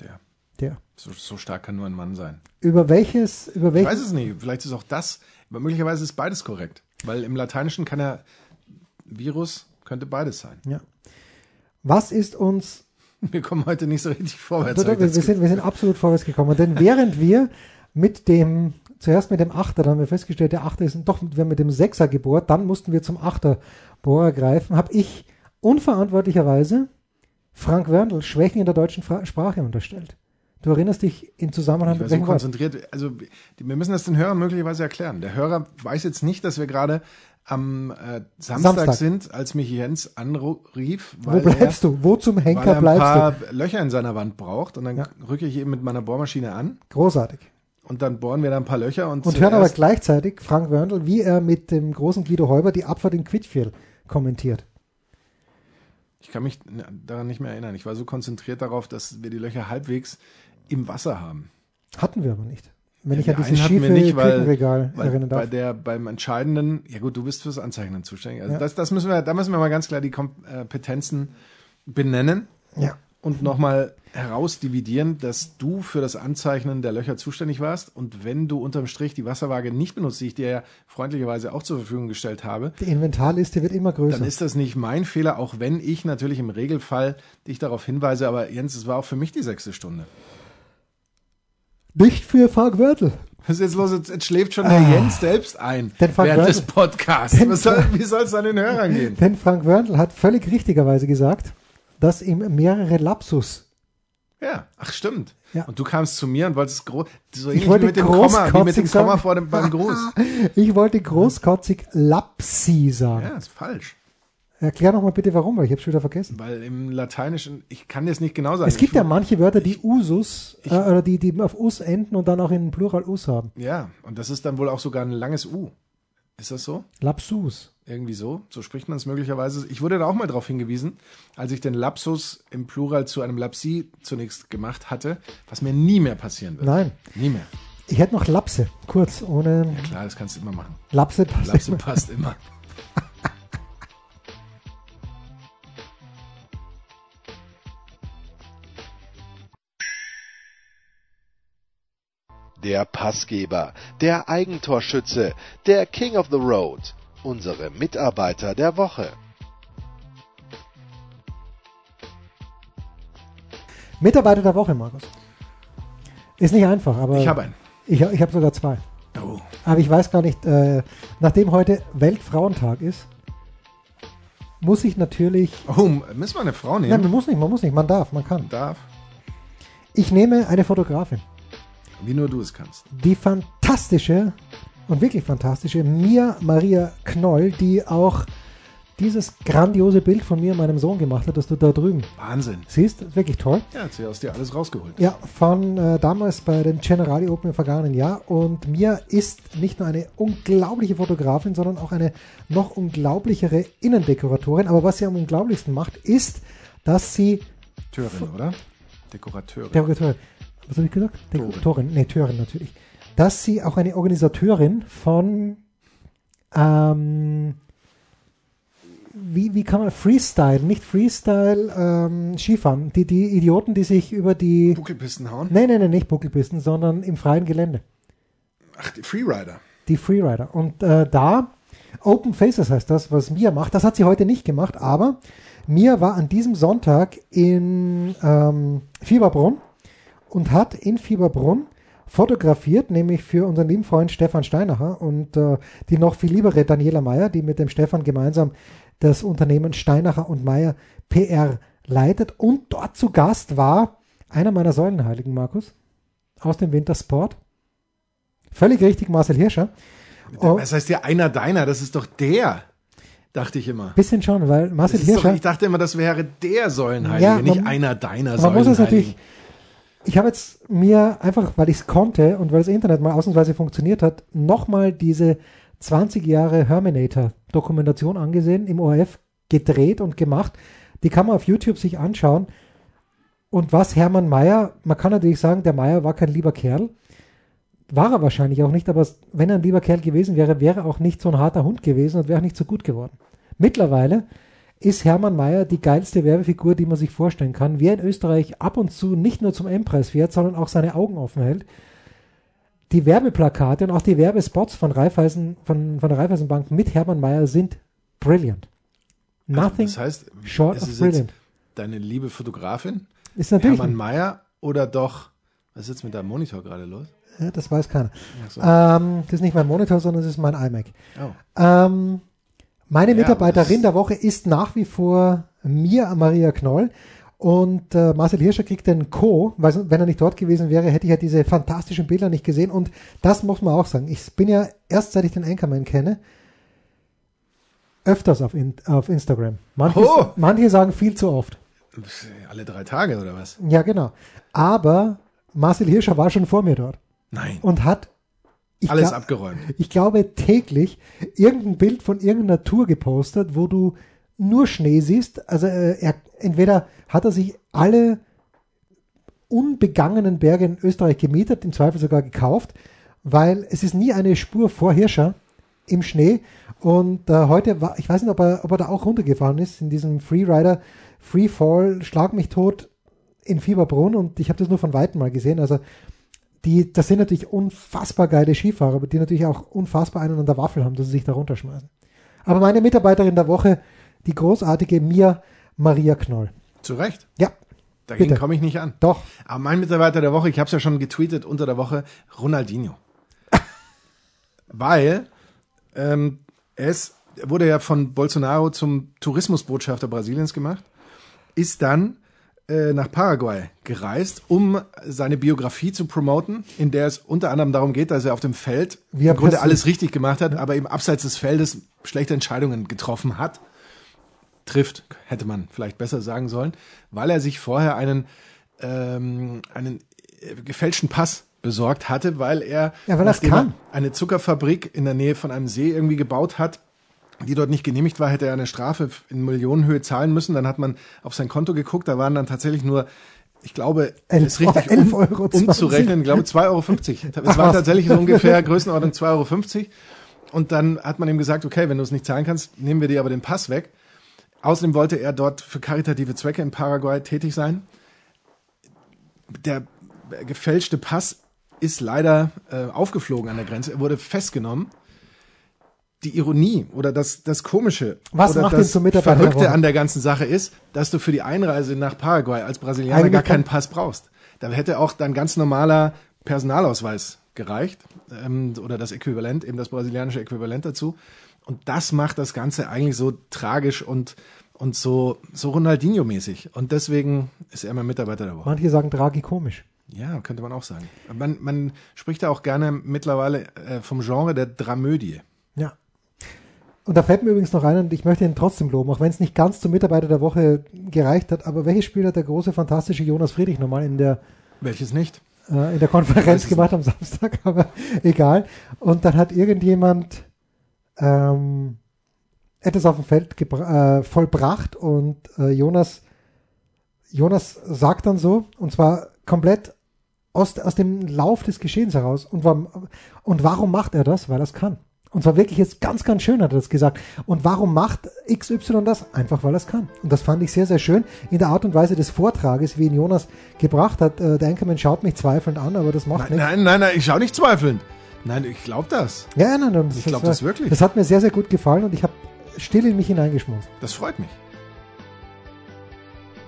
D: Der,
C: Der.
D: so, so stark kann nur ein Mann sein.
C: Über welches, über
D: Ich
C: welches
D: weiß es nicht. Vielleicht ist auch das, aber möglicherweise ist beides korrekt. Weil im Lateinischen kann er Virus könnte beides sein.
C: Ja. Was ist uns.
D: Wir kommen heute nicht so richtig vorwärts.
C: Doch, doch,
D: habe ich
C: wir,
D: das
C: sind, wir sind absolut vorwärts gekommen. Denn während wir mit dem, zuerst mit dem Achter, dann haben wir festgestellt, der Achter ist ein- doch, wir haben mit dem Sechser gebohrt, dann mussten wir zum Achterbohrer greifen, habe ich unverantwortlicherweise Frank Wörndl Schwächen in der deutschen Fra Sprache unterstellt. Du erinnerst dich im Zusammenhang
D: Ich war
C: mit
D: so
C: welchem Wort?
D: konzentriert. Also wir wir müssen das den Hörern möglicherweise erklären. Der Hörer weiß jetzt nicht, dass wir gerade am äh, Samstag,
C: Samstag.
D: sind, als mich Jens anrief,
C: Wo
D: weil
C: bleibst du? Wo zum
D: er, weil er
C: Henker
D: ein
C: bleibst du?
D: paar Löcher in seiner Wand braucht. Und dann
C: Ja.
D: rücke ich eben mit meiner Bohrmaschine an
C: Großartig.
D: und dann bohren wir da ein paar Löcher. Und,
C: Und hören aber
D: zuerst-
C: gleichzeitig Frank Wörndl, wie er mit dem großen Guido Häuber die Abfahrt in Quidfiel kommentiert.
D: ich kann mich n- daran nicht mehr erinnern. Ich war so konzentriert darauf, dass wir die Löcher halbwegs im Wasser haben.
C: Hatten wir aber nicht. Wenn ich
D: Ja,
C: an
D: die
C: dieses
D: einen hatten
C: schiefe
D: wir nicht, weil-
C: Küchenregal
D: Weil
C: erinnern
D: bei
C: darf.
D: der beim entscheidenden, ja gut, du bist fürs Anzeichnen zuständig. Also
C: Ja.
D: das, das müssen wir, da müssen wir mal ganz klar die Kompetenzen benennen
C: Ja.
D: und nochmal herausdividieren, dass du für das Anzeichnen der Löcher zuständig warst und wenn du unterm Strich die Wasserwaage nicht benutzt, die ich dir ja freundlicherweise auch zur Verfügung gestellt habe,
C: Die Inventarliste wird immer größer.
D: dann ist das nicht mein Fehler, auch wenn ich natürlich im Regelfall dich darauf hinweise, aber Jens, es war auch für mich die sechste Stunde.
C: nicht für Frank Wörtl.
D: Was ist jetzt los? Jetzt, jetzt schläft schon
C: Ah.
D: der Jens selbst ein
C: Den Frank
D: während des
C: Wörth-
D: Podcasts.
C: Den
D: Was soll, wie soll es an den Hörern gehen?
C: Denn Frank Wörndl hat völlig richtigerweise gesagt, dass ihm mehrere Lapsus.
D: Ja, ach stimmt.
C: Ja.
D: Und du kamst zu mir und wolltest groß, so
C: Ich
D: ähnlich wie
C: wollte
D: mit dem Komma,
C: großkotzig
D: wie mit dem
C: sagen.
D: Komma vor dem beim Gruß.
C: Ich wollte großkotzig Lapsi sagen.
D: ja, ist falsch.
C: Erklär nochmal bitte warum, weil ich habe es wieder vergessen.
D: Weil im Lateinischen, ich kann das nicht genau sagen.
C: Es gibt
D: ich,
C: ja manche Wörter, die Usus, äh, oder die, die auf Us enden und dann auch in Plural Us haben.
D: Ja, und das ist dann wohl auch sogar ein langes U. Ist das so?
C: Lapsus.
D: Irgendwie so? So spricht man es möglicherweise. Ich wurde da auch mal darauf hingewiesen, als ich den Lapsus im Plural zu einem Lapsi zunächst gemacht hatte, was mir nie mehr passieren wird.
C: Nein.
D: Nie mehr.
C: Ich hätte noch Lapse. Kurz, ohne
D: Klar, das kannst du immer machen.
C: Lapse passt
D: Lapse
C: immer.
D: passt immer.
B: Der Passgeber, der Eigentorschütze, der King of the Road, unsere Mitarbeiter der Woche.
C: Mitarbeiter der Woche, Markus. Ist nicht einfach, aber
D: Ich habe einen.
C: ich, ich habe sogar zwei.
D: Oh.
C: Aber ich weiß gar nicht, äh, nachdem heute Weltfrauentag ist, muss ich natürlich.
D: Oh, müssen wir eine Frau
C: Nein, man
D: nehmen?
C: muss nicht, man muss nicht, man darf, man kann.
D: Darf.
C: Ich nehme eine Fotografin,
D: Wie nur du es kannst.
C: die fantastische und wirklich fantastische Mia Maria Knoll, die auch dieses grandiose Bild von mir und meinem Sohn gemacht hat, das du da drüben
D: Wahnsinn.
C: siehst. Wirklich toll.
D: Ja, hat sie aus dir alles rausgeholt.
C: Ja, von äh, damals bei den Generali Open im vergangenen Jahr. Und Mia ist nicht nur eine unglaubliche Fotografin, sondern auch eine noch unglaublichere Innendekoratorin. Aber was sie am unglaublichsten macht, ist, dass sie
D: Türin, oder? Dekorateurin.
C: Dekoratorin. Was habe ich gesagt? Dekoratorin. Nee, Törin natürlich. Dass sie auch eine Organisatorin von ähm, wie, wie kann man Freestyle, nicht Freestyle, ähm, Skifahren. Die, die Idioten, die sich über die
D: Buckelpisten hauen.
C: Nein, nein, nein, nicht Buckelpisten, sondern im freien Gelände.
D: Ach, die Freerider.
C: Die Freerider. Und äh, da, Open Faces heißt das, was Mia macht. Das hat sie heute nicht gemacht, aber Mia war an diesem Sonntag in ähm, Fieberbrunn und hat in Fieberbrunn fotografiert, nämlich für unseren lieben Freund Stefan Steinacher und äh, die noch viel liebere Daniela Meyer, die mit dem Stefan gemeinsam das Unternehmen Steinacher und Meyer PR leitet. Und dort zu Gast war einer meiner Säulenheiligen, Markus, aus dem Wintersport. Völlig richtig, Marcel Hirscher. Oh,
D: Was heißt ja einer deiner? Das ist doch der. Dachte ich immer.
C: bisschen schon, weil Marcel
D: Das ist doch,
C: Hirscher.
D: ich dachte immer, das wäre der Säulenheilige,
C: Ja, man-
D: nicht einer deiner
C: Man muss es
D: Säulenheiligen.
C: natürlich. Ich habe jetzt mir einfach, weil ich es konnte und weil das Internet mal ausnahmsweise funktioniert hat, nochmal diese 20 Jahre Herminator-Dokumentation angesehen, im ORF gedreht und gemacht. Die kann man auf YouTube sich anschauen. Und was Hermann Mayer, man kann natürlich sagen, der Mayer war kein lieber Kerl. War er wahrscheinlich auch nicht, aber wenn er ein lieber Kerl gewesen wäre, wäre er auch nicht so ein harter Hund gewesen und wäre auch nicht so gut geworden. Mittlerweile ist Hermann Mayer die geilste Werbefigur, die man sich vorstellen kann. Wer in Österreich ab und zu nicht nur zum M-Preis fährt, sondern auch seine Augen offen hält. Die Werbeplakate und auch die Werbespots von, Raiffeisen, von, von der Raiffeisenbank mit Hermann Mayer sind brilliant. Nothing
D: Also Das heißt,
C: short
D: es
C: of
D: ist jetzt
C: brilliant.
D: deine liebe Fotografin,
C: Ist natürlich,
D: Hermann Mayer oder doch, was ist jetzt mit deinem Monitor gerade los?
C: ja, das weiß keiner.
D: Ach so.
C: Ähm, das ist nicht mein Monitor, sondern es ist mein iMac.
D: Oh.
C: Ähm, meine
D: Ja,
C: Mitarbeiterin
D: das-
C: der Woche ist nach wie vor mir, Maria Knoll. Und äh, Marcel Hirscher kriegt den Co. Weil, wenn er nicht dort gewesen wäre, hätte ich ja diese fantastischen Bilder nicht gesehen. Und das muss man auch sagen. Ich bin ja erst seit ich den Anchorman kenne, öfters auf, in, auf Instagram. Manche,
D: Oh!
C: manche sagen viel zu oft.
D: Pff, Alle drei Tage oder was?
C: Ja, genau. Aber Marcel Hirscher war schon vor mir dort
D: Nein.
C: und hat ich
D: Alles
C: glaub-
D: abgeräumt.
C: ich glaube, täglich irgendein Bild von irgendeiner Tour gepostet, wo du nur Schnee siehst. Also äh, er, entweder hat er sich alle unbegangenen Berge in Österreich gemietet, im Zweifel sogar gekauft, weil es ist nie eine Spur vor Hirscher im Schnee. Und äh, heute war, ich weiß nicht, ob er, ob er da auch runtergefahren ist, in diesem Freerider, Freefall, Schlag mich tot in Fieberbrunn und ich habe das nur von Weitem mal gesehen. Also die, das sind natürlich unfassbar geile Skifahrer, aber die natürlich auch unfassbar einen an der Waffel haben, dass sie sich da runterschmeißen. Aber meine Mitarbeiterin der Woche, die großartige Mia Maria Knoll.
D: Zu Recht.
C: Ja,
D: Dagegen
C: Bitte.
D: komme ich nicht an.
C: doch.
D: Aber Ah, mein Mitarbeiter der Woche, ich habe es ja schon getweetet unter der Woche, Ronaldinho. Weil ähm, er ist, er wurde ja von Bolsonaro zum Tourismusbotschafter Brasiliens gemacht, ist dann äh, nach Paraguay gereist, um seine Biografie zu promoten, in der es unter anderem darum geht, dass er auf dem Feld
C: Wie er
D: im Grunde
C: passiert.
D: alles richtig gemacht hat, aber eben abseits des Feldes schlechte Entscheidungen getroffen hat trifft, hätte man vielleicht besser sagen sollen, weil er sich vorher einen, ähm, einen äh, gefälschten Pass besorgt hatte, weil er,
C: Ja, weil er's
D: nachdem
C: kann.
D: er eine Zuckerfabrik in der Nähe von einem See irgendwie gebaut hat, die dort nicht genehmigt war, hätte er eine Strafe in Millionenhöhe zahlen müssen. Dann hat man auf sein Konto geguckt, da waren dann tatsächlich nur, ich glaube,
C: Elf-
D: ist richtig um,
C: 11,20 Euro.
D: umzurechnen, ich glaube 2,50 Euro.
C: Ach,
D: Es war
C: was.
D: tatsächlich so ungefähr Größenordnung 2,50 Euro. Und dann hat man ihm gesagt, okay, wenn du es nicht zahlen kannst, nehmen wir dir aber den Pass weg. Außerdem wollte er dort für karitative Zwecke in Paraguay tätig sein. Der gefälschte Pass ist leider äh, aufgeflogen an der Grenze. Er wurde festgenommen. Die Ironie oder das, das Komische
C: Was
D: oder
C: macht ihn
D: das
C: zum Mitarbeiter der
D: Verrückte
C: Woche?
D: an der ganzen Sache ist, dass du für die Einreise nach Paraguay als Brasilianer
C: Eigentlich
D: gar keinen
C: kann-
D: Pass brauchst. Da hätte auch dein ganz normaler Personalausweis gereicht ähm, oder das Äquivalent, eben das brasilianische Äquivalent dazu. Und das macht das Ganze eigentlich so tragisch und, und so, so Ronaldinho-mäßig. Und deswegen ist er mein Mitarbeiter der Woche.
C: Manche sagen tragikomisch.
D: Ja, könnte man auch sagen. Man, man spricht da auch gerne mittlerweile äh, vom Genre der Dramödie.
C: Ja. Und da fällt mir übrigens noch ein, und ich möchte ihn trotzdem loben, auch wenn es nicht ganz zum Mitarbeiter der Woche gereicht hat, aber welches Spiel hat der große, fantastische Jonas Friedrich nochmal in der,
D: Welches nicht?
C: äh, in der Konferenz gemacht am Samstag, aber egal. Und dann hat irgendjemand ähm, etwas auf dem Feld gebra- äh, vollbracht und äh, Jonas, Jonas sagt dann so, und zwar komplett aus, aus dem Lauf des Geschehens heraus. Und, warum- und warum macht er das? Weil er es kann. Und zwar wirklich jetzt ganz, ganz schön hat er das gesagt. Und warum macht XY das? Einfach weil er es kann. Und das fand ich sehr, sehr schön in der Art und Weise des Vortrages, wie ihn Jonas gebracht hat. Äh, Der Anchorman schaut mich zweifelnd an, aber das macht
D: Nein,
C: nichts.
D: nein, nein, nein, ich schaue nicht zweifelnd. Nein, ich glaube das.
C: Ja, nein, nein.
D: Ich glaub das wirklich.
C: Das hat mir sehr, sehr gut gefallen und ich habe still in mich hineingeschmust.
D: Das freut mich.